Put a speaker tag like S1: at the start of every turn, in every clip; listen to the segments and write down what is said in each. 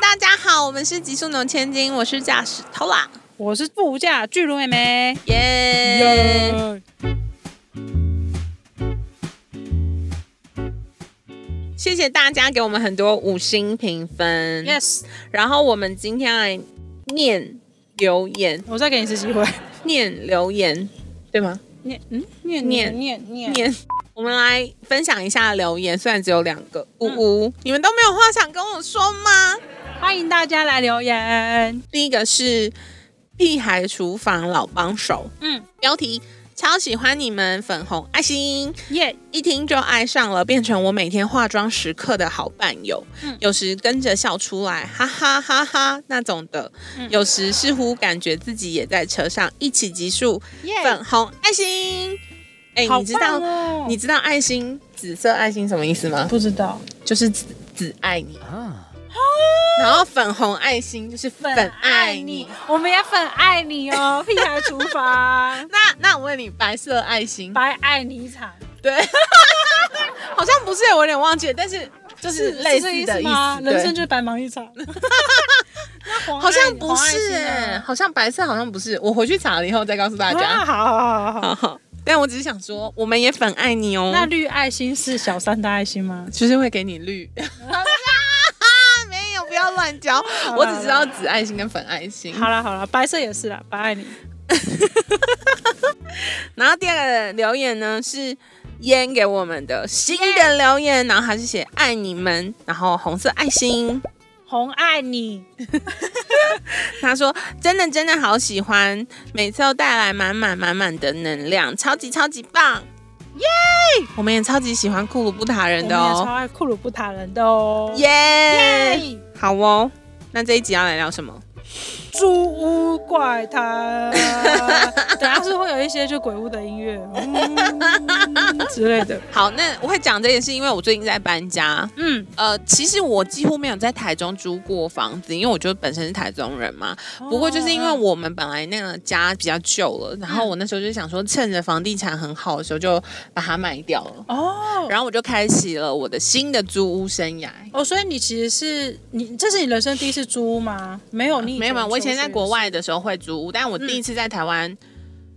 S1: 大家好，我们是极速农千金，我是驾驶 Tola，
S2: 我是副驾巨乳妹妹。
S1: 耶、谢谢大家给我们很多五星评分。
S2: Yes，
S1: 然后我们今天来念留言，
S2: 我再给你一次机会。
S1: 念留言，对吗？
S2: 念嗯念
S1: 念
S2: 念念
S1: 念。我们来分享一下留言，虽然只有两个，呜呜、你们都没有话想跟我说吗？
S2: 欢迎大家来留言。
S1: 第一个是屁孩厨房老帮手，
S2: 嗯，
S1: 标题超喜欢你们粉红爱心，
S2: 耶、
S1: 一听就爱上了，变成我每天化妆时刻的好伴友。
S2: 嗯
S1: 有时跟着笑出来，哈哈哈哈那种的；
S2: 嗯
S1: 有时似乎感觉自己也在车上一起集数
S2: 耶、
S1: 粉红爱心。哎、
S2: 好
S1: 你知道、
S2: 棒哦！
S1: 你知道爱心紫色爱心什么意思吗？
S2: 不知道
S1: 就是只只爱你。然后粉红爱心就是粉爱你。，
S2: 我们也粉爱 你哦，屁孩厨房
S1: 那那我问你，白色爱心
S2: 白爱你一场，
S1: 对， 好像不是，我有点忘记了，但是就是类似
S2: 是
S1: 的
S2: 这
S1: 意
S2: 个吗
S1: 思，对
S2: 人生就是白忙 一场。那黄爱
S1: 好像不是
S2: 黄爱
S1: 哎、
S2: 心呢
S1: 好像白色好像不是，我回去查了以后再告诉大
S2: 啊，
S1: 家。
S2: 好好好好。
S1: 好好，但我只是想说，我们也粉爱你哦，
S2: 那绿爱心是小三的爱心吗？
S1: 就是会给你绿。没有，不要乱教，
S2: 啦
S1: 我只知道紫爱心跟粉爱心。
S2: 好啦好啦，白色也是啦，白爱你。
S1: 然后第二个留言呢是烟给我们的新的留言，然后他是写爱你们，然后红色爱心。
S2: 红爱你，
S1: 他说：“真的真的好喜欢，每次都带来满满满满的能量，超级超级棒，耶！我们也超级喜欢库鲁布塔人的
S2: 我们也超
S1: 哦，
S2: 爱库鲁布塔人的哦。
S1: 耶！
S2: 耶！
S1: 好哦，那这一集要来聊什么？
S2: 猪屋怪 谈，等下是会有一些就鬼屋的音乐、 嗯、之类的。
S1: 好，那我会讲这件事，因为我最近在搬家。
S2: 嗯，
S1: 呃，其实我几乎没有在台中租过房子，因为我就本身是台中人嘛。
S2: 哦
S1: 不过就是因为我们本来那个家比较旧了，然后我那时候就想说，趁着房地产很好的时候就把它卖掉了。”
S2: 哦
S1: 然后我就开启了我的新的租屋生涯。
S2: 哦，所以你其实是你，这是你人生第一次租屋吗？没有，你
S1: 没有嘛，我以前在国外的时候会租屋，但我
S2: 嗯
S1: 第一次在台湾，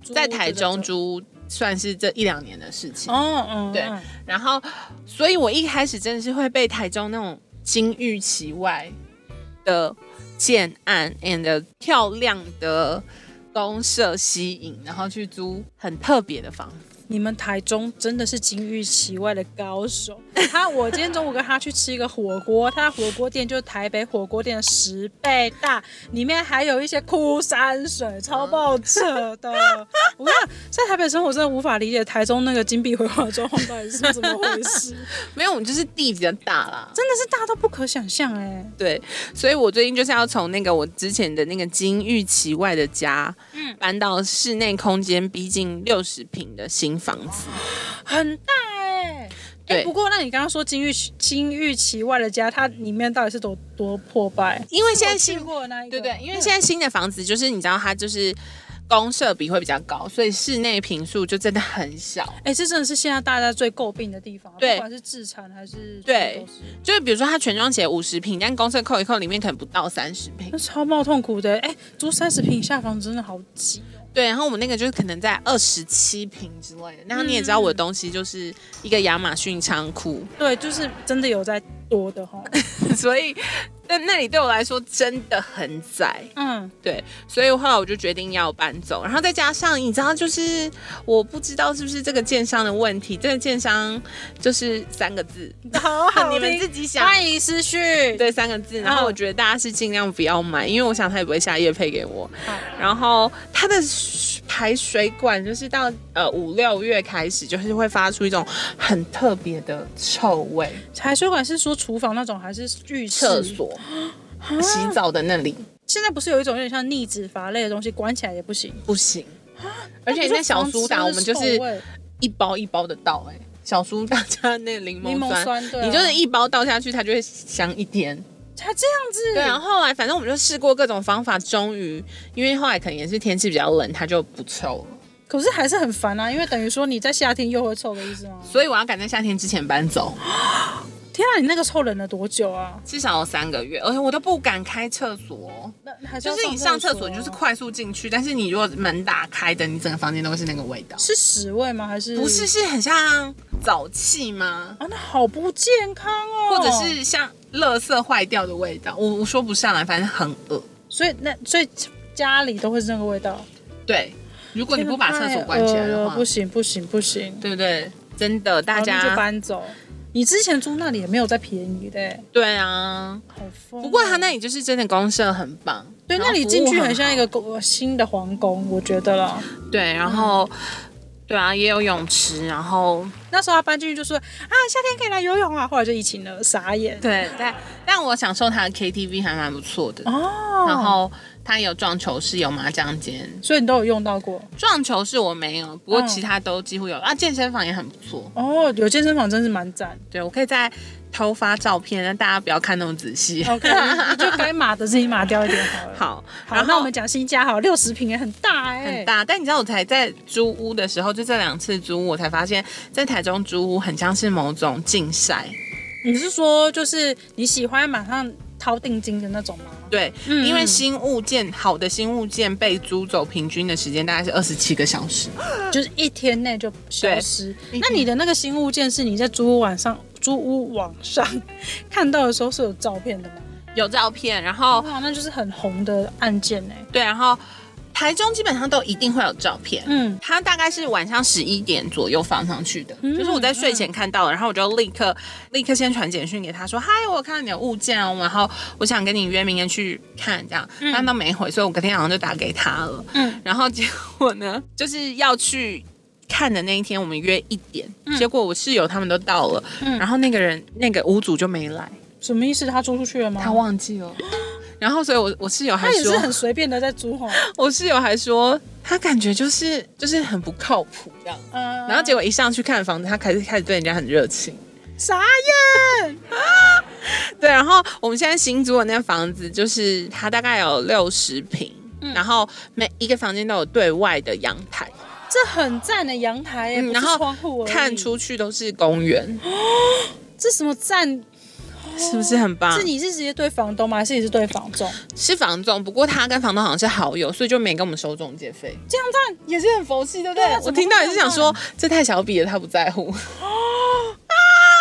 S2: 租屋
S1: 在台中
S2: 的时
S1: 租屋，算是这一两年的事情
S2: 候。。哦嗯，
S1: 对
S2: 嗯
S1: 然后，所以我一开始真的是会被台中那种金玉其外的建案 and 漂亮的公社吸引，然后去租很特别的房子。
S2: 你们台中真的是金玉其外的高手。他，我今天中午跟他去吃一个火锅，他的火锅店就是台北火锅店的十倍大，里面还有一些枯山水，超爆扯的。我看在台北生活真的无法理解台中那个金碧辉煌的状况到底是怎么回事，
S1: 没有，我们就是地比较大啦。
S2: 真的是大到不可想象哎、
S1: 对，所以我最近就是要从那个我之前的那个金玉其外的家，嗯，搬到室内空间逼近六十平的新房子。
S2: 很大哎、哎、
S1: 对
S2: 不过那你刚刚说金玉其金玉其外的家，它里面到底是多多破败？
S1: 因为现在
S2: 我去嗯
S1: 新，
S2: 过的那一个，
S1: 对对，因为现在新的房子就是你知道它就是公设比会比较高，所以室内平数就真的很小。
S2: 哎、这真的是现在大家最诟病的地方，啊
S1: 对
S2: 不管是自产还是
S1: 对
S2: 都是
S1: 就是比如说它全装写五十平，但公设扣一扣里面可能不到三十平
S2: 那。超爆痛苦的。哎、租三十平以下房真的好挤哦。
S1: 对，然后我们那个就是可能在二十七平之类的。然后你也知道
S2: 嗯
S1: 我的东西就是一个亚马逊仓库。
S2: 对，就是真的有在多的哈。
S1: 所以那那里对我来说真的很窄，
S2: 嗯，
S1: 对，所以后来我就决定要搬走，然后再加上你知道，就是我不知道是不是这个建商的问题，这个建商就是三个字，
S2: 好好听
S1: 你们自己想。
S2: 欢迎私讯。对，
S1: 对，三个字。然后我觉得大家是尽量不要买，因为我想他也不会下夜配给我
S2: 好。
S1: 然后它的排水管就是到呃五六月开始，就是会发出一种很特别的臭味，
S2: 排水管是说厨房那种还是浴室？
S1: 厕。所、洗澡的那里。
S2: 现在不是有一种有点像逆止阀类的东西，关起来也不行。
S1: 不行。而且啊那小苏打，我们就是一包一包的倒、哎，小苏打加那个柠
S2: 柠
S1: 檬
S2: 檬
S1: 酸，
S2: 酸，对啊、
S1: 你就是一包倒下去，它就会香一天。
S2: 它这样子。
S1: 对，然啊后后来反正我们就试过各种方法，终于因为后来可能也是天气比较冷，它就不臭了。
S2: 可是还是很烦啊，因为等于说你在夏天又会臭的意思吗？
S1: 所以我要赶在夏天之前搬走。
S2: 天啊，你那个臭忍了多久啊？
S1: 至少有三个月，而且我都不敢开厕所。
S2: 那那还是
S1: 就
S2: 要
S1: 是你上厕所
S2: 啊
S1: 就是快速进去，但是你如果门打开的，你整个房间都会是那个味道。
S2: 是屎味吗？还是
S1: 不是，是很像沼气吗？
S2: 啊？那好不健康哦。
S1: 或者是像垃圾坏掉的味道？我我说不上来，反正很恶。
S2: 所以那所以家里都会是那个味道。
S1: 对，如果你不把厕所
S2: 太
S1: 关起来
S2: 恶
S1: 的
S2: 了
S1: 话
S2: 不，行不行呃不行，
S1: 对不对？真的，大
S2: 好那就
S1: 家
S2: 搬走。你之前住那里也没有再便宜的、欸
S1: 对啊。
S2: 好疯哦。
S1: 不过他那里就是真的公社很棒，
S2: 对
S1: 然后
S2: 那里
S1: 服务
S2: 进去
S1: 很
S2: 很像一
S1: 好
S2: 个嗯宫新的皇宫，我觉得了。
S1: 对，然后、对啊，也有泳池，然后
S2: 那时候他搬进去就说啊，夏天可以来游泳啊，后来就疫情了，傻眼。
S1: 对，但但我享受他的 KTV 还蛮不错的。
S2: 哦，
S1: 然后他有撞球室，有麻将间。
S2: 所以你都有用到过
S1: 撞球室我没有，不过
S2: 嗯
S1: 其他都几乎有、啊。健身房也很不错，
S2: 哦，有健身房真是蛮赞。
S1: 对我可以再偷发照片，但大家不要看那么仔细。
S2: OK，你就该码的自己码掉一点好了。
S1: 好，
S2: 好，
S1: 然
S2: 那
S1: 后
S2: 我们讲新家好，六十平也很大哎、
S1: 很大，但你知道我才在租屋的时候，就这两次租屋，我才发现，在台中租屋很像是某种竞赛。
S2: 你是说就是你喜欢马上掏定金的那种吗？
S1: 对，
S2: 嗯
S1: 因为新物件好的新物件被租走，平均的时间大概是二十七个小时。
S2: 就是一天内就消失。
S1: 对
S2: 那你的那个新物件是你在租屋网上租屋网上 看到的时候是有照片的吗？
S1: 有照片，然后
S2: 哇，那就是很红的案件哎、
S1: 对，然后台中基本上都一定会有照片。
S2: 嗯，
S1: 它大概是晚上十一点左右放上去的，
S2: 嗯
S1: 就是我在睡前看到了，然后我就立刻立刻先传简讯给他说：“嗨，我有看到你的物件哦，然后我想跟你约明天去看，这样。”但都没回，所以我隔天晚上就打给他了。
S2: 嗯
S1: 嗯，然后结果呢，就是要去看的那一天，我们约一点，结果我室友他们都到了，
S2: 嗯哦
S1: 然后那个人那个屋主就没来，
S2: 什么意思？他租出去了吗？
S1: 他忘记 了。然后，所以我我室友还
S2: 他也
S1: 说
S2: 是，很随便的在租哈。哦
S1: 我室友还说，他感觉就是就是很不靠谱这样。
S2: 嗯，
S1: 然后结果一上去看房子，他开始开始对人家很热情。
S2: 傻眼，
S1: 对，然后我们现在新租的那房子，就是它大概有六十平，
S2: 嗯
S1: 然后每一个房间都有对外的阳台，
S2: 这很赞的阳台、欸，
S1: 嗯
S2: 不
S1: 然
S2: 是
S1: 后
S2: 窗户而已
S1: 看出去都是公园，
S2: 这什么赞？
S1: 是不是很棒
S2: 是？你是直接对房东吗？还是你是对房仲？
S1: 是房仲，不过他跟房东好像是好友，所以就没跟我们收中介费。
S2: 这样赞也是很佛系，对不啊
S1: 对我听到也是想说，，这太小笔了，他不在乎。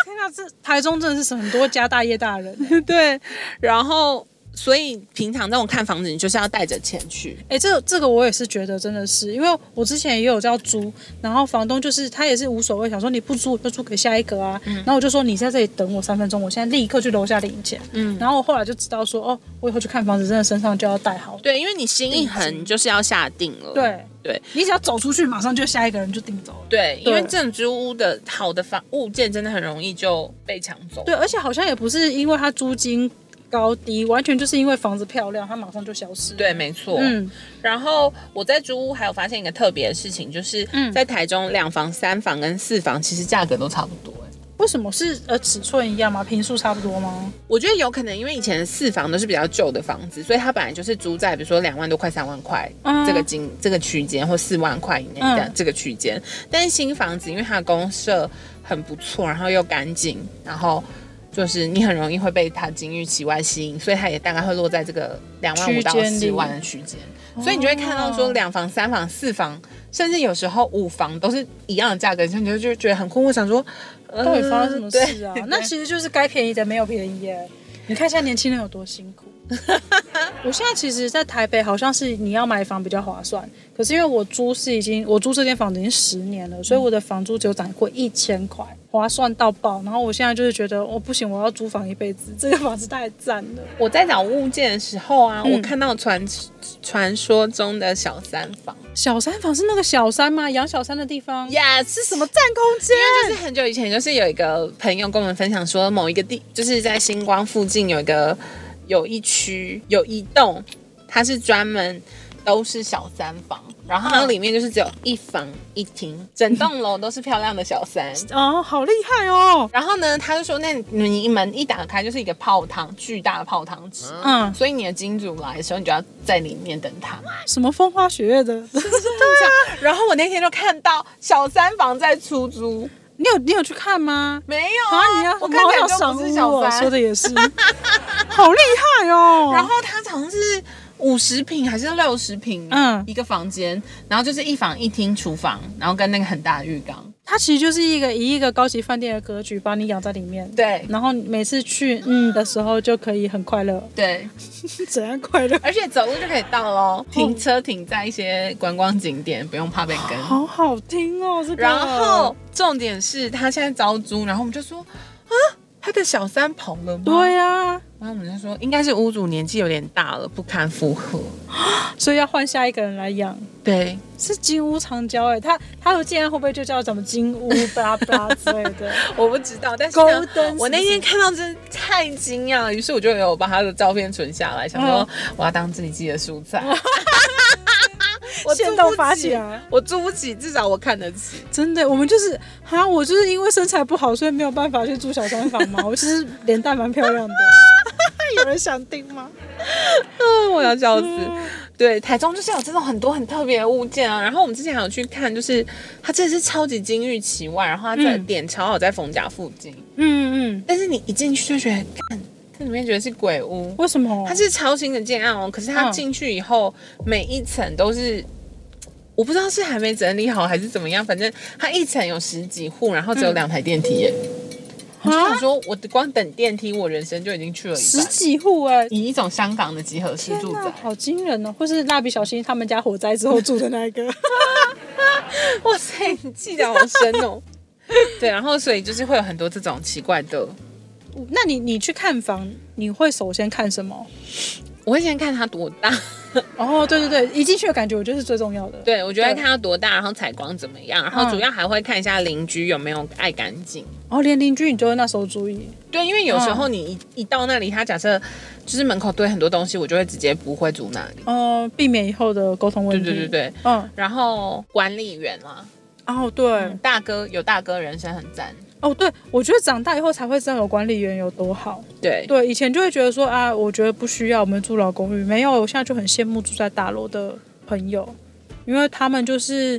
S2: 天哪，这台中真的是很多家大业大人、 欸。
S1: 对，然后所以平常这种看房子，你就是要带着钱去。
S2: 哎、这个这个我也是觉得真的是，因为我之前也有叫租，然后房东就是他也是无所谓，想说你不租我就租给下一个啊。然后我就说你在这里等我三分钟，我现在立刻去楼下领钱。嗯，然后我后来就知道说，哦，我以后去看房子真的身上就要带好。
S1: 对，因为你心一横就是要下定了。
S2: 对，
S1: 对
S2: 你只要走出去，马上就下一个人就订走了。
S1: 对，
S2: 对
S1: 因为正租屋的好的房物件真的很容易就被抢走。
S2: 对，而且好像也不是因为它租金高低，完全就是因为房子漂亮，它马上就消失。，
S1: 对，没错。
S2: 嗯，
S1: 然后我在租屋还有发现一个特别的事情，就是
S2: 嗯
S1: 在台中两房、三房跟四房其实价格都差不多。哎
S2: 为什么是呃尺寸一样吗？平数差不多吗？
S1: 我觉得有可能，因为以前的四房都是比较旧的房子，所以它本来就是租在比如说两万多块、三万块
S2: 嗯
S1: 这个金这个区间，或四万块以内的
S2: 嗯
S1: 这个区间。但是新房子因为它的公社很不错，然后又干净，然后就是你很容易会被它金玉其外吸引，所以它也大概会落在这个两万五到
S2: 区间里哦
S1: 四万的区间。所以你就会看到说两房、三房、四房，甚至有时候五房都是一样的价格，所以你就就觉得很困惑，想说呃
S2: 到底发生什么事啊？
S1: 对
S2: 那其实就是该便宜的没有便宜耶。你看现在年轻人有多辛 苦。我现在其实，在台北好像是你要买房比较划算，可是因为我租是已经我租这间房子已经十年了，所以我的房租只有涨过一千块，划算到爆。然后我现在就是觉得，我、不行，我要租房一辈子，这个房子太赞了。
S1: 我在找物件的时候啊，
S2: 嗯
S1: 我看到传传说中的小三房
S2: 小三房是那个小三吗？养小三的地方
S1: ，yes 是
S2: 什么？占空间？
S1: 就是很久以前，就是有一个朋友跟我们分享说，某一个地就是在星光附近有一个有一区有一栋，它是专门都是小三房，然后它里面就是只有一房一厅，整栋楼都是漂亮的小 三。
S2: 哦，好厉害哦！
S1: 然后呢，他就说，那你门一打开就是一个泡汤，巨大的泡汤池。
S2: 嗯，
S1: 所以你的金主来的时候，你就要在里面等他。
S2: 什么风花雪月的？
S1: 这样然后我那天就看到小三房在出租，
S2: 你有你有去看吗？
S1: 没有
S2: 啊，你要
S1: 我看
S2: 看
S1: 两
S2: 要
S1: 个
S2: 赏
S1: 不
S2: 屋
S1: 是小
S2: 哦，
S1: 三
S2: 说的也是， 好厉害哦。
S1: 然后它好像是五十平还是六十平，
S2: 嗯
S1: 一个房间，然后就是一房一厅厨房，然后跟那个很大的浴缸，
S2: 它其实就是一个以一个高级饭店的格局把你养在里面，。
S1: 对
S2: 然后你每次去嗯的时候就可以很 快乐，
S1: 对，
S2: 怎样快乐？
S1: 而且走路就可以到喽，停车停在一些观光景点，不用怕被跟。
S2: 好好听哦，这个。
S1: 然后重点是他现在招租，然后我们就说啊，他的小三跑了吗？
S2: 对啊呀、
S1: 然后我们就说应该是屋主年纪有点大了，不堪负荷。
S2: 所以要换下一个人来养。
S1: 对，
S2: 是金屋藏娇哎、他他有竟然会不会就叫什么金屋巴拉巴拉之类的？
S1: 我不知道，但是呢
S2: Golden
S1: 我那天看到真的太惊讶了，于是我就有把他的照片存下来，想说我要当自己的蔬菜。 我
S2: 现
S1: 住
S2: 动
S1: 不
S2: 发
S1: 起
S2: 起来，
S1: 我住不起，至少我看得起。
S2: 真的，我们就是哈，我就是因为身材不好，所以没有办法去住小三房嘛。我其实脸蛋蛮漂亮的， 有人想订吗？
S1: 嗯，我要笑死。对，台中就是有这种很多很特别的物件啊。然后我们之前还有去看，就是它真的是超级金玉其外，然后它这个
S2: 嗯
S1: 点超好在逢甲附近，
S2: 嗯嗯，
S1: 但是你一进去就觉得，看这里面觉得是鬼屋。
S2: 为什么？
S1: 它是超新的建案哦，可是它
S2: 哦嗯
S1: 进去以后，每一层都是。我不知道是还没整理好还是怎么样，反正它一层有十几户，然后只有两台电梯耶。我就想
S2: 啊，
S1: 说，我光等电梯，我人生就已经去了一
S2: 十
S1: 半。
S2: 几户哎、
S1: 以一种香港的集合式
S2: 天
S1: 住
S2: 呐，
S1: 宅，
S2: 好惊人哦！或是蜡笔小新他们家火灾之后住的那一个，
S1: 哇塞，你记得好深哦。 对，然后所以就是会有很多这种奇怪的。
S2: 那你你去看房，你会首先看什么？
S1: 我会先看它多大，
S2: 哦，对对对，一进去的感觉我觉得是最重要的。
S1: 对我觉得
S2: 对
S1: 看它多大，然后采光怎么样，然后
S2: 嗯
S1: 主要还会看一下邻居有没有爱干净。
S2: 哦，连邻居你就会那时候注意。
S1: 对，因为有时候你一一到那里，他假设就是门口堆很多东西，我就会直接不会住那里。
S2: 哦，避免以后的沟通问
S1: 对
S2: 题。
S1: 对对对，
S2: 嗯，
S1: 然后管理员啦，
S2: 哦对，
S1: 大哥有大哥人生很赞。
S2: 哦对，我觉得长大以后才会知道有管理员有多好。
S1: 对，
S2: 对，以前就会觉得说啊，我觉得不需要，我们住老公寓没有，我现在就很羡慕住在大楼的朋友，因为他们就是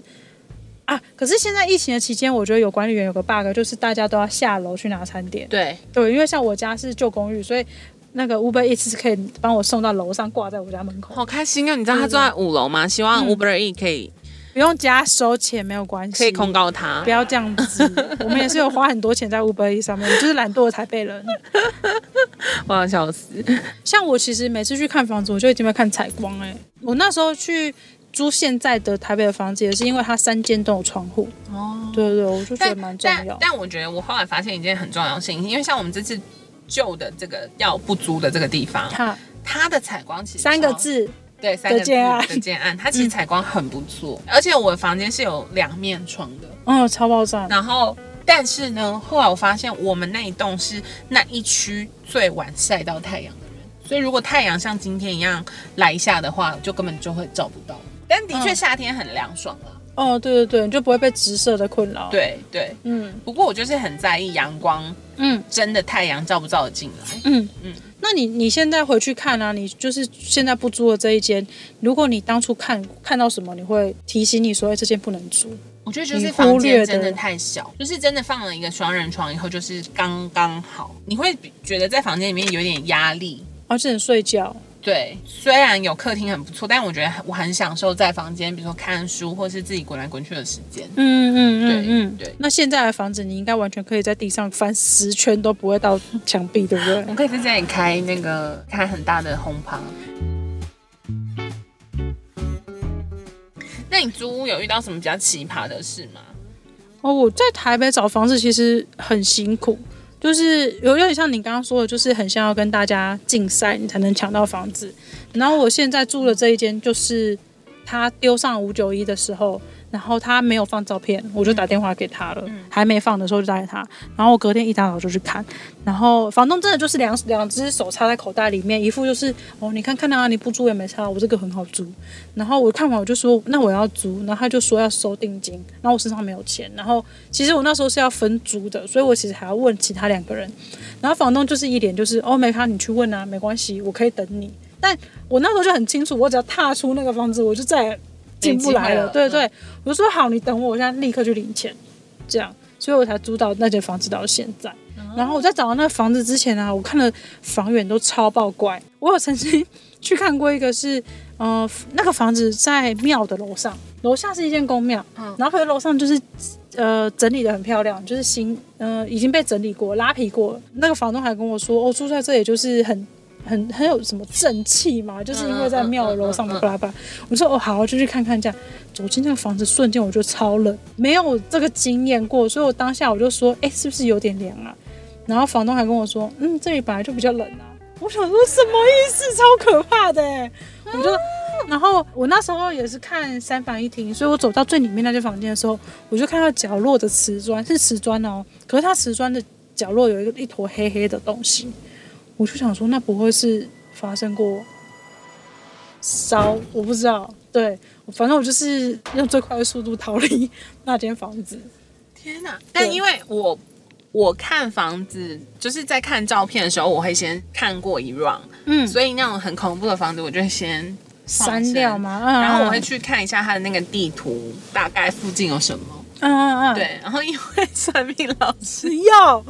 S2: 啊，可是现在疫情的期间，我觉得有管理员有个 bug，就是大家都要下楼去拿餐点。
S1: 对，
S2: 对，因为像我家是旧公寓，所以那个 Uber Eats 是可以帮我送到楼上，挂在我家门口，
S1: 好开心哦！你知道他住在五楼吗？希望
S2: 嗯
S1: Uber E 可以
S2: 不用加收钱，没有关系，
S1: 可以控告他
S2: 不。要这样子，我们也是有花很多钱在 Uber Eats 上面，我就是懒惰的台北人。
S1: 我要笑死。
S2: 像我其实每次去看房子，我就已经会看采光哎、我那时候去租现在的台北的房子，也是因为它三间都有窗户。
S1: 哦，
S2: 对对对，我就觉得
S1: 但
S2: 蛮重
S1: 但
S2: 要。
S1: 但我觉得我后来发现一件很重要的事情，因为像我们这次旧的这个要不租的这个地方，
S2: 哈，
S1: 它的采光其实
S2: 三个
S1: 超
S2: 字，
S1: 对，三个字
S2: 建案嗯
S1: 的建案，它其实采光很不错，而且我房间是有两面窗的。
S2: 嗯，超爆炸。
S1: 然后，但是呢，后来我发现我们那一栋是那一区最晚晒到太阳的人，所以如果太阳像今天一样来一下的话，就根本就会照不到。但的确
S2: 嗯
S1: 夏天很凉爽啦。
S2: 哦，对对对，你就不会被直射的困扰。，
S1: 对对，
S2: 嗯
S1: 不过我就是很在意阳光，
S2: 嗯
S1: 真的太阳照不照得进来。
S2: 嗯
S1: 嗯
S2: 嗯。那你你现在回去看啊，你就是现在不租的这一间，如果你当初看看到什么，你会提醒你说，哎，这间不能租。
S1: 我觉得就
S2: 你
S1: 是
S2: 忽
S1: 房间
S2: 略
S1: 真的
S2: 的
S1: 太小，就是真的放了一个双人床以后，就是刚刚好，你会觉得在房间里面有点压力。
S2: 而哦且能睡觉，
S1: 对，虽然有客厅很不错，但我觉得我很享受在房间，比如说看书或是自己滚来滚去的时间。
S2: 嗯嗯嗯嗯，
S1: 对对
S2: 那现在的房子，你应该完全可以在地上翻十圈都不会到墙壁，对不对？
S1: 我可以在家里开那个开很大的轰趴。那你租屋有遇到什么比较奇葩的事吗？
S2: 哦，我在台北找房子其实很辛苦，就是有有点像你刚刚说的，就是很像要跟大家竞赛，你才能抢到房子。然后我现在住的这一间，就是他丢上五九一的时候，然后他没有放照片，我就打电话给他了，还没放的时候就打给他，然后我隔天一大早就去看，然后房东真的就是两两只手插在口袋里面，一副就是哦，你看看啊，你不租也没差，我这个很好租。然后我看完我就说那我要租，然后他就说要收定金，然后我身上没有钱，然后其实我那时候是要分租的，所以我其实还要问其他两个人，然后房东就是一脸就是哦没差，你去问啊，没关系，我可以等你。但我那时候就很清楚，我只要踏出那个房子，我就再也进不来
S1: 没机会
S2: 了。
S1: 了
S2: 对对，我就说好，你等我，我现在立刻去领钱，这样。所以我才租到那间房子到现在。然后我在找到那个房子之前呢、我看了房源都超爆怪。我有曾经去看过一个是，呃，那个房子在庙的楼上，楼下是一间公庙，
S1: 嗯
S2: 然后可是楼上就是呃整理的很漂亮，就是新呃已经被整理过、拉皮过了。那个房东还跟我说，哦，住在这里就是很。很很有什么正气嘛，就是因为在庙的楼上
S1: 嗯嗯
S2: 嘛，
S1: 嗯嗯嗯
S2: 巴拉巴拉。我说哦好，就去看看这样。走进那个房子瞬间我就超冷，没有这个经验过，所以我当下我就说，哎、是不是有点凉啊？然后房东还跟我说，嗯，这里本来就比较冷啊。我想说什么意思？超可怕的、欸！
S1: 啊
S2: 我就，然后我那时候也是看三房一厅，所以我走到最里面那间房间的时候，我就看到角落的瓷砖是瓷砖哦，可是它瓷砖的角落有一个一坨黑黑的东西，我就想说那不会是发生过烧？我不知道，对，反正我就是用最快的速度逃离那间房子。
S1: 天哪！但因为我我看房子就是在看照片的时候，我会先看过一 round，、
S2: 嗯，
S1: 所以那种很恐怖的房子，我就会先
S2: 删掉
S1: 嘛。
S2: 吗？嗯，
S1: 然后我会
S2: 嗯
S1: 去看一下它的那个地图，大概附近有什么。
S2: 嗯嗯嗯，
S1: 对，然后因为算命老师
S2: 只
S1: 嗯
S2: 要。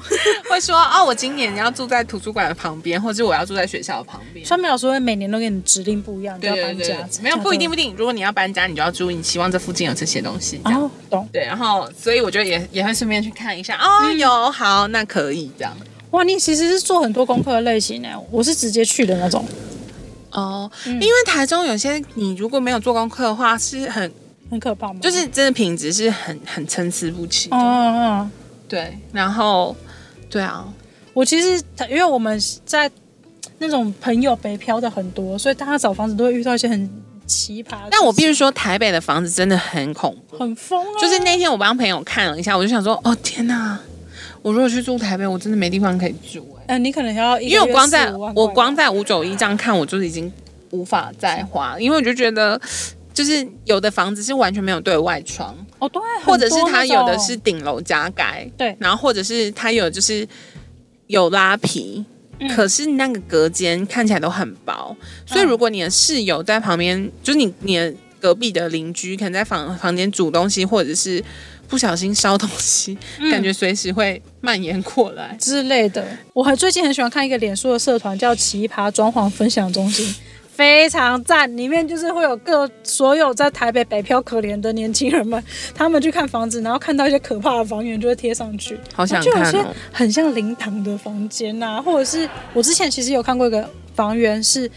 S1: 会说，哦，我今年要住在图书馆的旁边，或者我要住在学校的旁边。
S2: 上面老师会每年都给你指令不一样，你
S1: 对
S2: 就要
S1: 对
S2: 搬
S1: 对
S2: 家
S1: 对，，没有不一定不
S2: 不
S1: 一定。如果你要搬家，你就要注意，你希望这附近有这些东西。这样
S2: 哦，懂
S1: 对，然后所以我就也也会顺便去看一下，哦，有好，那可以这样。
S2: 哇！你其实是做很多功课的类型呢，我是直接去的那种。
S1: 哦，因为台中有些你如果没有做功课的话，是很
S2: 很可怕吗？
S1: 就是真的品质是很很参差不齐的。
S2: 嗯，嗯嗯，
S1: 对，然后对啊，
S2: 我其实因为我们在那种朋友北漂的很多，所以大家找房子都会遇到一些很奇葩的事情。
S1: 但我必须说，台北的房子真的很恐怖。
S2: 很疯啊，
S1: 就是那天我帮朋友看了一下，我就想说，哦天哪，我如果去住台北，我真的没地方可以住哎、
S2: 嗯，你可能要
S1: 因为我光在我光
S2: 在
S1: 在五九一这样看，我就是已经无法再花，因为我就觉得。就是有的房子是完全没有对外窗，
S2: 哦对，
S1: 或者是它
S2: 很多
S1: 有
S2: 那种
S1: 的是顶楼加盖，
S2: 对
S1: 然后或者是它有就是有拉皮，
S2: 嗯
S1: 可是那个隔间看起来都很薄，所以
S2: 嗯
S1: 如果你的室友在旁边，就是你你的隔壁的邻居可能在房房间煮东西，或者是不小心烧东西，
S2: 嗯
S1: 感觉随时会蔓延过 来。
S2: 之类的。我很最近很喜欢看一个脸书的社团，叫“奇葩装潢分享中心”，非常赞。里面就是会有各所有在台北北漂可怜的年轻人们，他们去看房子，然后看到一些可怕的房源，就会贴上去。
S1: 好想
S2: 就有
S1: 看
S2: 些
S1: 哦，
S2: 很像灵堂的房间呐、或者是我之前其实有看过一个房源是。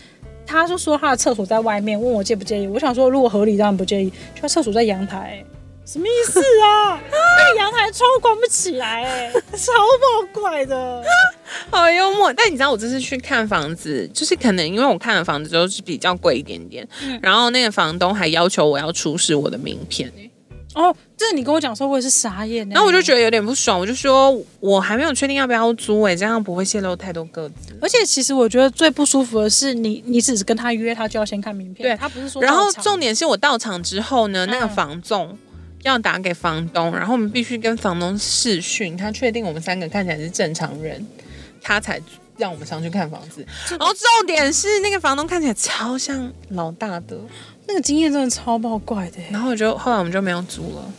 S2: 他就说他的厕所在外面，问我介不介意。我想说，如果合理当然不介意。就他厕所在阳台、欸什么意思啊？那 个阳台窗户关不起来、欸， 超爆怪的。
S1: 好幽默。但你知道我这次去看房子，就是可能因为我看的房子都是比较贵一点点，
S2: 嗯
S1: 然后那个房东还要求我要出示我的名片、欸
S2: 哦，这你跟我讲说，我也是傻眼、欸。
S1: 然后我就觉
S2: 得，
S1: 得有点不爽，我就说我还没有确定要不要租哎、这样不会泄露太多个资。
S2: 而且其实我觉得最不舒服的是你，你只是跟他约，他就要先看名片，
S1: 对
S2: 他不是说到
S1: 然
S2: 场。
S1: 后重点是我到场之后呢，那个
S2: 嗯
S1: 房仲要打给房东，然后我们必须跟房东视讯，他确定我们三个看起来是正常人，他才让我们上去看房子。然后重点是那个房东看起来超像老大的，
S2: 那个经验真的超爆怪的、欸，
S1: 然后我就后来我们就没有租了。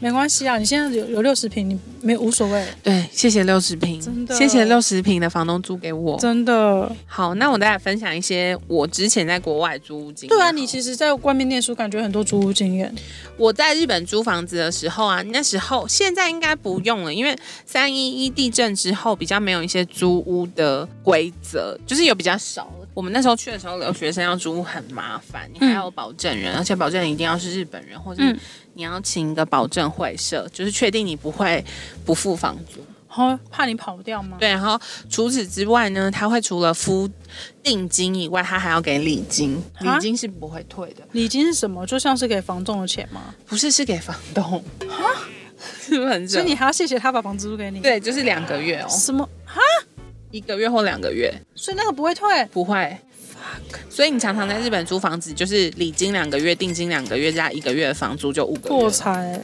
S2: 没关系啊，你现在有有六十平，你没无所谓，
S1: 对，谢谢六十平
S2: 真，的
S1: 谢谢六十平的房东租给我。
S2: 真的。
S1: 好，那我再来分享一些我之前在国外租屋经验好
S2: 对
S1: 了。
S2: 啊，你其实在外面念书，感觉很多租屋经验。
S1: 我在日本租房子的时候啊，那时候现在应该不用了，因为三一一地震之后比较没有一些租屋的规则，就是有比较少了。我们那时候去的时候，留学生要租屋很麻烦，你还要有保证人，而且保证人一定要是日本人，或者
S2: 嗯
S1: 你要请一个保证会社，就是确定你不会不付房租。
S2: 好，怕你跑掉吗？
S1: 对，然后除此之外呢，他会除了付定金以外，他还要给礼金，礼
S2: 啊
S1: 金是不会退的。
S2: 礼金是什么？就像是给房仲的钱吗？
S1: 不是，是给房东。 是不是很
S2: 所以
S1: 准？
S2: 你还要谢谢他把房租给你。，
S1: 对，就是两个月哦，
S2: 什么？
S1: 一个月或两个月，
S2: 所以那个不会退。
S1: 不会。所以你常常在日本租房子，就是礼金两个月，定金两个月加一个月的房租就五个
S2: 破
S1: 月。
S2: 财，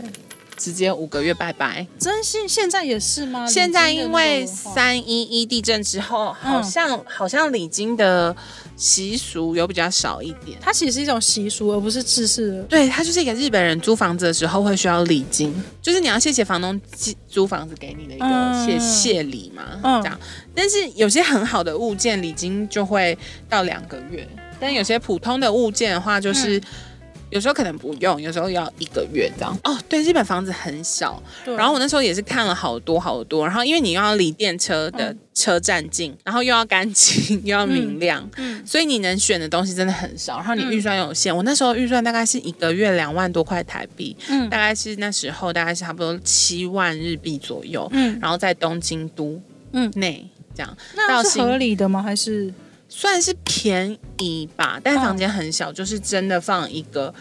S1: 直接五个月拜拜。
S2: 真心现在也是吗？
S1: 现在因为
S2: 礼金的那种文化
S1: 三一一地震之后，
S2: 嗯
S1: 好像、好像礼金的习俗有比较少一点。
S2: 它其实是一种习俗，而不是制式。
S1: 对，它就是一个日本人租房子的时候会需要礼金，就是你要谢谢房东寄租房子给你的一个
S2: 嗯
S1: 谢谢礼嘛，
S2: 嗯
S1: 这样。但是有些很好的物件礼金就会到两个月，但有些普通的物件的话，就是有时候可能不用，有时候要一个月这样。哦，对，日本房子很小，
S2: 对，啊
S1: 然后我那时候也是看了好多好多，然后因为你又要离电车的
S2: 嗯
S1: 车站近，然后又要干净又要明亮，
S2: 嗯
S1: 所以你能选的东西真的很少，然后你
S2: 嗯
S1: 预算有限。我那时候预算大概是一个月两万多块台币，
S2: 嗯
S1: 大概是那时候大概是差不多七万日币左右，
S2: 嗯，
S1: 然后在东京都
S2: 嗯
S1: 内这样
S2: 那
S1: 到
S2: 是
S1: 新
S2: 合理的吗？还是
S1: 算是便宜吧，但
S2: 嗯
S1: 房间很小，就是真的放一个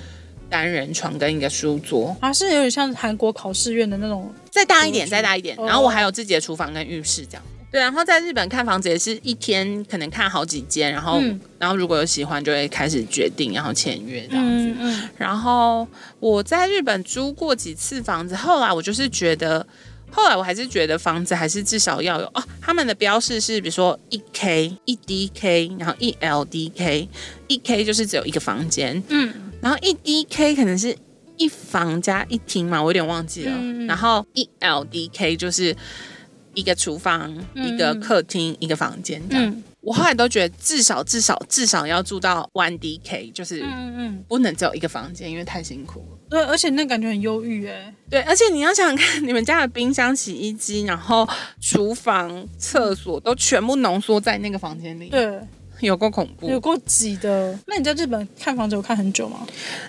S1: 单人床跟一个书桌，
S2: 啊，是有点像韩国考试院的那种？
S1: 再大一点，
S2: 格局
S1: 再大一点。
S2: 哦
S1: 然后我还有自己的厨房跟浴室这样。对，然后在日本看房子也是一天可能看好几间，然后、
S2: 嗯
S1: 然后如果有喜欢就会开始决定，然后签约这样子。
S2: 嗯嗯
S1: 然后我在日本租过几次房子，后来我就是觉得，后来我还是觉得房子还是至少要有哦，他们的标示是比如说一 k 一 dk，然后一 ldk，一 k 就是只有一个房间，
S2: 嗯
S1: 然后一 DK 可能是一房加一厅嘛，我有点忘记了。
S2: 嗯嗯
S1: 然后一 LDK 就是一个厨房、
S2: 嗯
S1: 一个客厅、一个房间这样。
S2: 嗯
S1: 我后来都觉得至少至少至少要住到 one DK，就是
S2: 嗯嗯，
S1: 不能只有一个房间，因为太辛苦了。
S2: 对，而且那感觉很忧郁哎。
S1: 对，而且你要想想看，你们家的冰箱、洗衣机，然后厨房、厕所都全部浓缩在那个房间里，
S2: 对，
S1: 有够恐怖。
S2: 有够挤的。那你在日本看房子有看很久吗？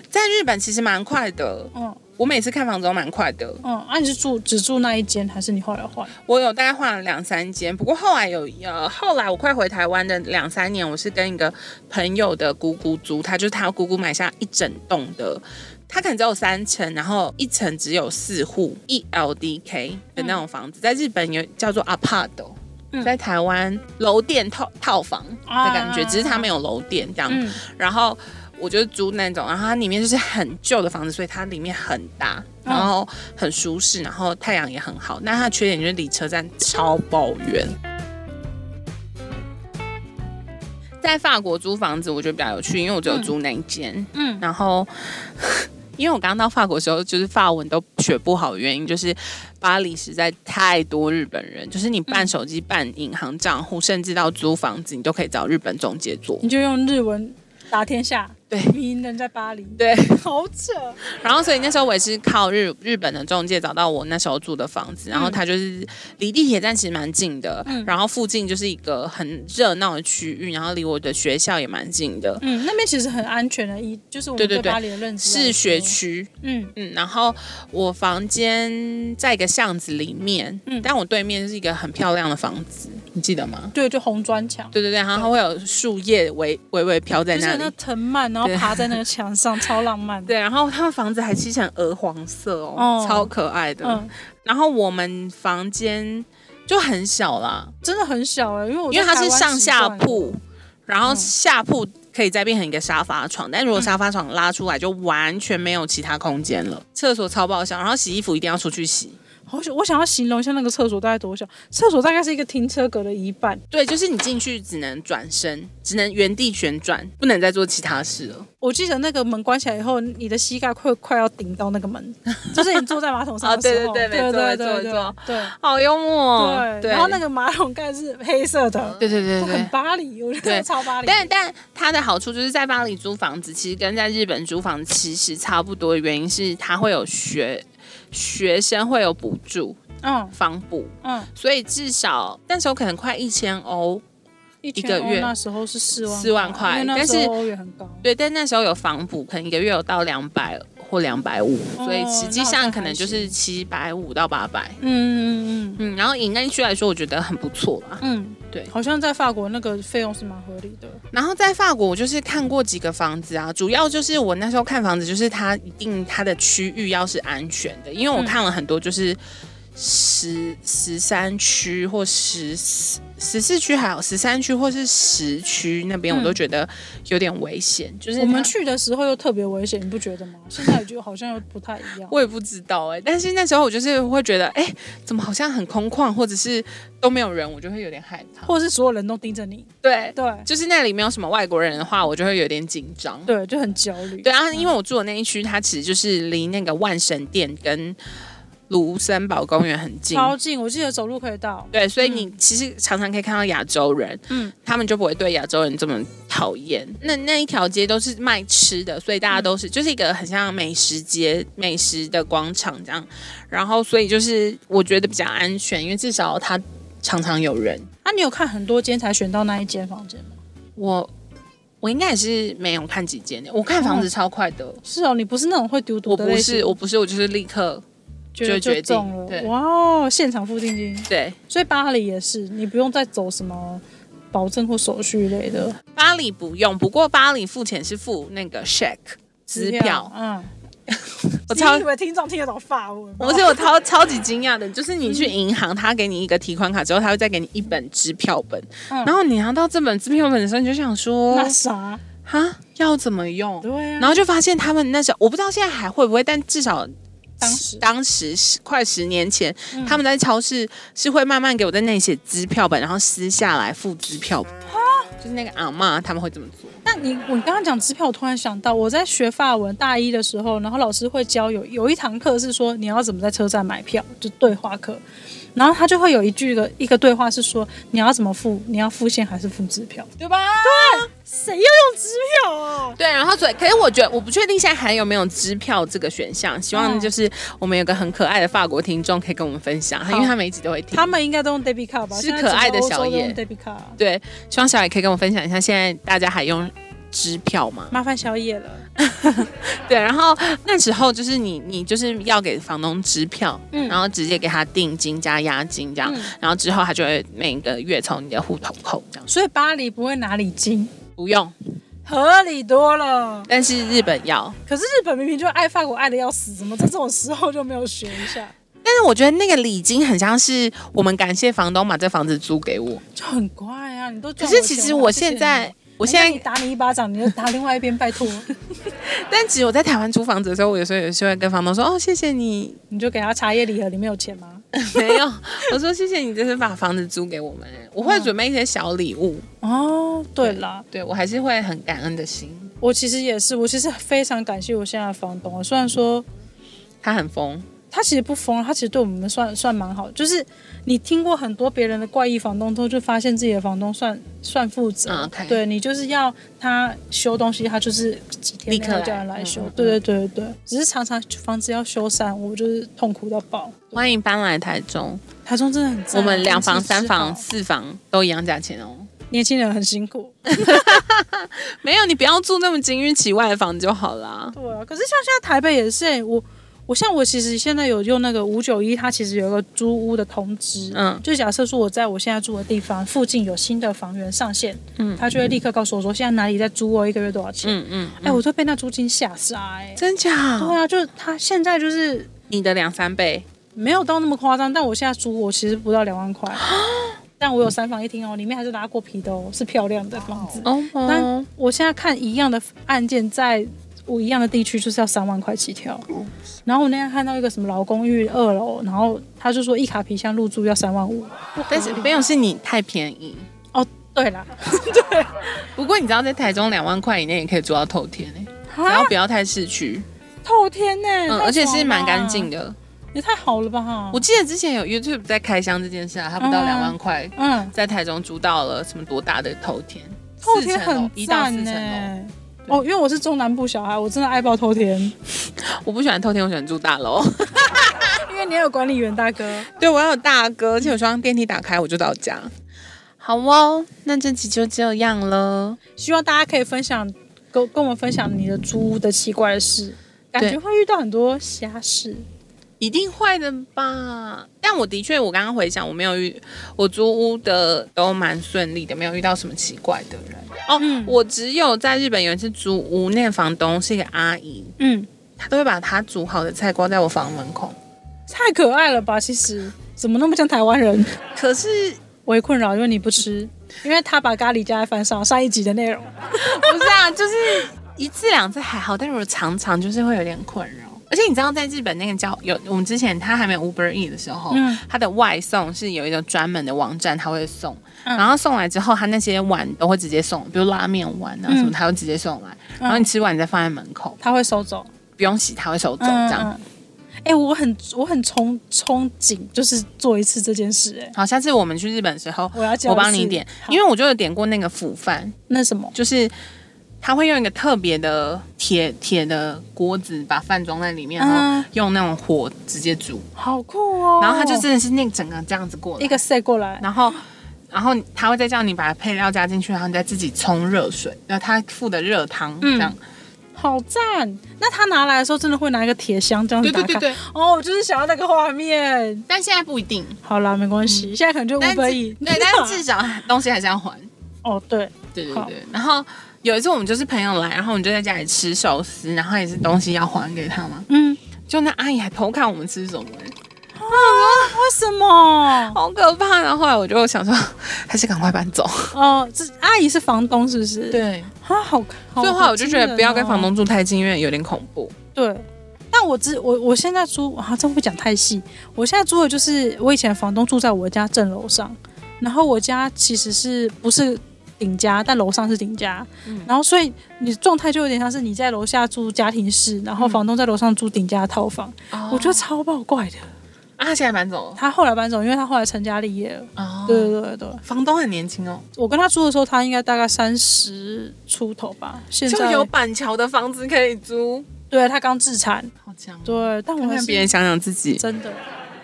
S1: 在日本其实蛮快的，
S2: 嗯
S1: 我每次看房子都蛮快的。
S2: 嗯，啊，你是住只住那一间，还是你后来换？
S1: 我有大概换了两三间，不过后来有呃，后来我快回台湾的两三年，我是跟一个朋友的姑姑租，她就是她姑姑买下一整栋的，她可能只有三层，然后一层只有四户一 LDK 的那种房子，在日本有叫做 apart，
S2: 嗯
S1: 在台湾楼店套套房的感觉，
S2: 啊
S1: 只是它没有楼店这样，
S2: 嗯
S1: 然后我就租那种，然后它里面就是很旧的房子，所以它里面很大，
S2: 嗯
S1: 然后很舒适，然后太阳也很好。那它的缺点就是离车站超抱远。在法国租房子，我觉得比较有趣，因为我只有租那一间，
S2: 嗯
S1: 然后。 因为我刚到法国的时候，就是法文都学不好，原因就是巴黎实在太多日本人，就是你办手机、办银行账户，甚至到租房子，你都可以找日本中介做。
S2: 你就用日文打天下，
S1: 对
S2: 迷人在巴黎，
S1: 对，
S2: 好扯。
S1: 然后，所以那时候我也是靠日日本的中介找到我那时候住的房
S2: 嗯
S1: 子，然后它就是离地铁站其实蛮近的，然后附近就是一个很热闹的区域，然后离我的学校也蛮近的，
S2: 嗯，那边其实很安全的，一就是我们
S1: 对对
S2: 对
S1: 对
S2: 巴黎的认知来说
S1: 是学。区，
S2: 嗯
S1: 嗯，然后我房间在一个巷子里面，
S2: 嗯
S1: 但我对面是一个很漂亮的房子，你记得吗？
S2: 对，就红砖墙，
S1: 对对对，然后它会有树叶微微微飘在
S2: 就是
S1: 那
S2: 有
S1: 里
S2: 那，藤蔓，然后
S1: 对
S2: 爬在那个墙上，超浪漫。，
S1: 对，然后他们房子还漆成鹅黄色哦，
S2: 哦
S1: 超可爱的。
S2: 嗯，
S1: 然后我们房间就很小啦，
S2: 真的很小哎、因为我
S1: 因为它
S2: 在台
S1: 是
S2: 湾
S1: 上下
S2: 习惯了，
S1: 铺，嗯然后下铺可以再变成一个沙发床，但如果沙发床拉出来，就完全没有其他空间了。厕所超爆笑，然后洗衣服一定要出去洗。
S2: 好想我想要形容一下那个厕所大概多小，厕所大概是一个停车格的一半。
S1: 对，就是你进去只能转身，只能原地旋转，不能再做其他事了。
S2: 我记得那个门关起来以后，你的膝盖快快要顶到那 个门，就是你坐在马桶上
S1: 哦
S2: 的
S1: 对
S2: 时候，
S1: 对对没错
S2: 对
S1: 没
S2: 对
S1: 错
S2: 对
S1: 没
S2: 对
S1: 错
S2: 对
S1: 好幽默
S2: 对
S1: 对，
S2: 哦然后那
S1: 个，
S2: 个马桶盖是黑色的，
S1: 对对对
S2: 就
S1: 对对
S2: 很。巴黎，我觉
S1: 对
S2: 得超巴黎。
S1: 但但它的好处就是在巴黎租房子，其实跟在日本租房子其实差不多，原因是它会有学学生会有补助
S2: 嗯
S1: 房补，
S2: 嗯，
S1: 所以至少那时候可能快一千欧，
S2: 一
S1: 个
S2: 千欧
S1: 月
S2: 那时候是四万
S1: 4万块
S2: 因为那
S1: 但
S2: 时候
S1: 是
S2: 欧元很高。
S1: 对，但那时候有房补，可能一个月有到两百或两百五，
S2: 哦
S1: 所以实际
S2: 那好
S1: 上
S2: 像
S1: 可能就是
S2: 还
S1: 七百五到八百。
S2: 嗯嗯
S1: 嗯，然后以那一区来说，我觉得很不错啦。
S2: 嗯嗯，
S1: 对
S2: 好像在法国那个费用是蛮合理的。
S1: 然后在法国，我就是看过几个房子啊，主要就是我那时候看房子，就是它一定它的区域要是安全的，因为我
S2: 嗯
S1: 看了很多就是十十三区或十四十四区还好，十三区或是十区那边，我都觉得有点危险。就是
S2: 嗯我们
S1: 它
S2: 去的时候又特别危险，你不觉 得吗？现在就好像又不太一样。
S1: 我也不知道哎、但是那时候我就是会觉得，哎、怎么好像很空旷，或者是都没有人，我就会有点害怕。
S2: 或者是所有人都盯着你，
S1: 对，
S2: 对
S1: 就是那里没有什么外国人的话，我就会有点紧张。
S2: 对，就很焦虑。
S1: 对啊，因为我住的那一区，它其实就是离那个万神殿跟卢森堡公园很近，
S2: 超近，我记得走路可以到。
S1: 对，所以你其实常常可以看到亚洲人，
S2: 嗯
S1: 嗯，他们就不会对亚洲人这么讨厌。那那一条街都是卖吃的，所以大家都是、就是一个很像美食街、美食的广场这样。然后，所以就是我觉得比较安全，因为至少它常常有人。
S2: 啊，你有看很多间才选到那一间房间吗？
S1: 我我应该也是没有看几间，我看房子超快的，
S2: 是哦，你不是那种会丢毒
S1: 我
S2: 的
S1: 不
S2: 类
S1: 是
S2: 型，
S1: 我不是我就是立刻
S2: 觉得
S1: 就
S2: 就
S1: 决定
S2: 中了。
S1: 对
S2: 哇哦，现场付定金，
S1: 对。
S2: 所以巴黎也是，你不用再走什么保证或手续类的
S1: 巴黎不用，不过巴黎付钱是付那个 check 支票。
S2: 嗯，
S1: 我超
S2: 你以为听众听得懂法文吗？
S1: 不是我超超级惊讶的，就是你去银行，他给你一个提款卡之后，他会再给你一本支票本，
S2: 嗯
S1: 然后你拿到这本支票本的时候，你就想说
S2: 那，啥，
S1: 哈，要怎么用？
S2: 对啊，
S1: 然后就发现他们那时候，我不知道现在还会不会，但至少
S2: 当时嗯
S1: 当时十快十年前，他们在超市是会慢慢给我在那里写支票本，然后撕下来付支票本，就是那个阿嬷他们会这么做。
S2: 那你我刚刚讲支票，我突然想到，我在学法文大一的时候，然后老师会教有有一堂课是说你要怎么在车站买票，就对话课。然后他就会有一句的一个对话是说你要怎么付，你要付现还是付支票，对吧？对，谁要用支票啊？
S1: 对，然后所以，可是我觉得我不确定现在还有没有支票这个选项。希
S2: 嗯
S1: 望就是我们有个很可爱的法国听众可以跟我们分享，因为他每一集都会听。
S2: 他们应该都用 debit card 吧？
S1: 是
S2: 现在
S1: 可爱的
S2: 整个
S1: 小
S2: 欧洲都
S1: 野
S2: 用 debit card，
S1: 对，希望小野可以跟我分享一下，现在大家还用支票吗？
S2: 麻烦小野了。
S1: 对，然后那时候就是你，你就是要给房东支票，
S2: 嗯
S1: 然后直接给他定金加押金这样，
S2: 嗯
S1: 然后之后他就会每个月从你的户头扣这样。
S2: 所以巴黎不会拿礼金，
S1: 不用，
S2: 合理多了。
S1: 但是日本要。
S2: 可是日本明明就爱法国爱的要死，怎么在这种时候就没有学一下，
S1: 但是我觉得那个礼金很像是我们感谢房东把这房子租给我，
S2: 就很怪啊！你都
S1: 可
S2: 赚
S1: 是
S2: 我
S1: 其
S2: 钱
S1: 实
S2: 我
S1: 我
S2: 还是
S1: 现
S2: 嫌你
S1: 在。我现
S2: 那
S1: 在
S2: 你打你一巴掌，你就打另外一边，拜托，
S1: 但只有在台湾租房子的时候，我有时候有时候会跟房东说：“哦，谢谢你，
S2: 你就给他茶叶礼盒，里面有钱吗？
S1: 没 有。”我说：“谢谢你，这是把房子租给我们。”我会准备一些小礼物，
S2: 哦，对啦，
S1: 对我还是会很感恩的心。
S2: 我其实也是，我其实非常感谢我现在的房东。虽然说
S1: 他很疯，
S2: 他其实不疯，啊他其实对我们算算蛮好。就是你听过很多别人的怪异房东之后，就发现自己的房东算算负责。
S1: 嗯，OK
S2: 对你就是要他修东西，他就是几天
S1: 立刻
S2: 内
S1: 来
S2: 叫人来
S1: 嗯
S2: 修。
S1: 嗯嗯
S2: 对对对对对，只是常常房子要修缮，我就是痛苦到爆。
S1: 欢迎搬来台中，
S2: 台中真的很赞，
S1: 我们两房、
S2: 真
S1: 三
S2: 是好
S1: 房、四房都一样价钱哦。
S2: 年轻人很辛苦。
S1: 没有，你不要住那么金玉其外的房就好啦。
S2: 对啊，可是像现在台北也是欸、我我像我其实现在有用那个五九一，它其实有一个租屋的通知，
S1: 嗯
S2: 就假设说我在我现在住的地方附近有新的房源上线，嗯，他就会立刻告诉我说现在哪里在租哦，一个月多少钱，哎、
S1: 嗯嗯，
S2: 我都被那租金吓傻哎、
S1: 真假？
S2: 对啊，就是他现在就是
S1: 你的两三倍，
S2: 没有到那么夸张，但我现在租我其实不到两万块， 但我有三房一厅哦，里面还是拉过皮的哦，是漂亮的房子。
S1: 哦
S2: 但
S1: 吼，
S2: 我现在看一样的案件，在我一样的地区，就是要三万块起跳。然后我那天看到一个什么老公寓二楼，然后他就说一卡皮箱入住要三万五。
S1: 但是没有是你太便宜。
S2: 哦，对啦，
S1: 不过你知道，在台中两万块以内也可以住到透天诶、只
S2: 啊
S1: 要，不要太市区，
S2: 透天呢、
S1: 嗯，而且是蛮干净
S2: 的，
S1: 的。
S2: 也太好了吧哈。
S1: 我记得之前有 YouTube 在开箱这件事啊，他不到
S2: 嗯
S1: 两万块，
S2: 嗯，
S1: 在台中租到了什么多大的头天，欸
S2: 透天
S1: 四层楼
S2: 很
S1: 一到
S2: 赞
S1: 四
S2: 呢、
S1: 层楼。
S2: 哦，因为我是中南部小孩，我真的爱爆 透天。
S1: 我不喜欢透天，我喜欢住大楼。
S2: 因为你有管理员大哥，
S1: 对我要有大哥，而且我希望电梯打开我就到家。好哦，那这集就这样了。
S2: 希望大家可以分享，跟跟我们分享你的租屋的奇怪的事，感觉
S1: 对
S2: 会遇到很多瞎事。
S1: 一定会的吧？但我的确，我刚刚回想，我没有遇我租屋的都蛮顺利的，没有遇到什么奇怪的人。哦，
S2: 嗯
S1: 我只有在日本有一次租屋，那个房东是一个阿姨，
S2: 嗯，
S1: 她都会把她煮好的菜挂在我房门口。
S2: 太可爱了吧？其实怎么那么像台湾人？
S1: 可是
S2: 我也困扰，因为你不吃，因为他把咖喱加在饭上，上一集的内容。
S1: 不是啊，就是一次两次还好，但如果常常就是会有点困扰。而且你知道，在日本那个叫有我们之前他还没有 Uber E 的时候，
S2: 嗯
S1: 它的外送是有一个专门的网站，它会送，
S2: 嗯
S1: 然后送来之后，它那些碗都会直接送，比如拉面碗啊什么，
S2: 嗯
S1: 它会直接送来，然后你吃完你再放在门口，
S2: 他会收走，
S1: 不用洗，它会收走
S2: 嗯
S1: 这样。
S2: 嗯哎、我很我很憧憧憬，就是做一次这件事、哎，
S1: 好，下次我们去日本的时候，
S2: 我要教
S1: 我帮你
S2: 一次
S1: 点，
S2: 好
S1: 因为我就有点过那个腐饭，
S2: 那什么，
S1: 就是他会用一个特别的铁铁的锅子把饭装在里面，然
S2: 嗯
S1: 后用那种火直接煮，
S2: 好酷哦。
S1: 然后他就真的是那整个这样子过
S2: 一
S1: 来，
S2: 个 set 过来，
S1: 然后。然后他会再叫你把配料加进去，然后你再自己冲热水，然后他附的热汤
S2: 嗯
S1: 这样。
S2: 好赞。那他拿来的时候，真的会拿一个铁箱这样子
S1: 对
S2: 打
S1: 对
S2: 开。
S1: 对对，
S2: 哦，我就是想要那个画面。
S1: 但现在不一定，
S2: 好啦，没关系，现在可能就五
S1: 嗯但
S2: 百
S1: 至
S2: 亿。
S1: 对，但是至少东西还是要还。
S2: 哦，对，
S1: 对对
S2: 好
S1: 对。然后有一次我们就是朋友来，然后我们就在家里吃寿司，然后也是东西要还给他嘛。
S2: 嗯，
S1: 就那阿姨还偷看我们吃什么、欸
S2: 为 什么？
S1: 好可怕！然后后来我就想说， 还是赶快搬走。
S2: 哦，这阿姨是房东是不是？，
S1: 对，
S2: 啊，好，好
S1: 所以后来我就觉得不要跟房。
S2: 好惊人
S1: 东
S2: 哦
S1: 住太近，因为有点恐怖。哦
S2: 对，但我只我我现在租啊，这会不会讲太细？我现在租的就是我以前房东住在我家正楼上，然后我家其实是不是顶家，但楼上是顶家，
S1: 嗯
S2: 然后所以你状态就有点像是你在楼下租家庭式，然
S1: 嗯
S2: 后房东在楼上租顶家套房，
S1: 哦
S2: 我觉得超爆怪的。
S1: 啊，他现在搬走了。
S2: 他后来搬走，因为他后来成家立业了。
S1: 哦，
S2: 对，对对对，
S1: 房东很年轻哦，
S2: 我跟他租的时候，他应该大概三十出头吧。现
S1: 就
S2: 在
S1: 有板桥的房子可以租，
S2: 对他刚自产，
S1: 好强哦。
S2: 对，但我
S1: 看
S2: 还
S1: 看
S2: 是
S1: 别人，想想自己。
S2: 真的，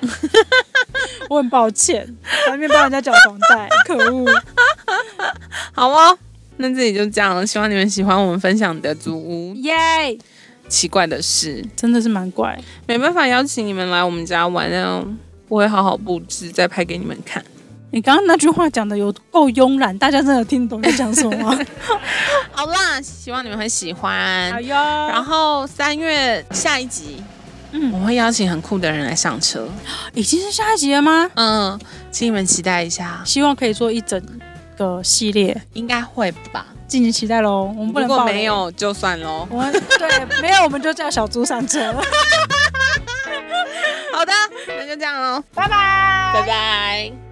S2: 我很抱歉，还没帮人家缴房贷，可 恶。
S1: 好哦，那这里就这样了。希望你们喜欢我们分享的租屋
S2: 耶、
S1: 奇怪的事。
S2: 真的是蛮怪。
S1: 没办法邀请你们来我们家玩哦，我会好好布置，再拍给你们看。
S2: 你刚刚那句话讲的有够慵懒，大家真的有听懂在讲什么 吗？
S1: 好啦，希望你们会喜欢。
S2: 好哟，然
S1: 然后三月下一集，嗯，
S2: 嗯
S1: 我会邀请很酷的人来上车，
S2: 已经是下一集了吗？
S1: 嗯，请你们期待一下，
S2: 希望可以做一整个系列，
S1: 应该会吧。
S2: 敬请期待喽。我们不
S1: 如
S2: 能
S1: 果
S2: 爆雷
S1: 没，有就算喽。
S2: 我们对没有，我们就叫小猪上车。
S1: 好的，那就这样喽，
S2: 拜拜。
S1: 拜拜。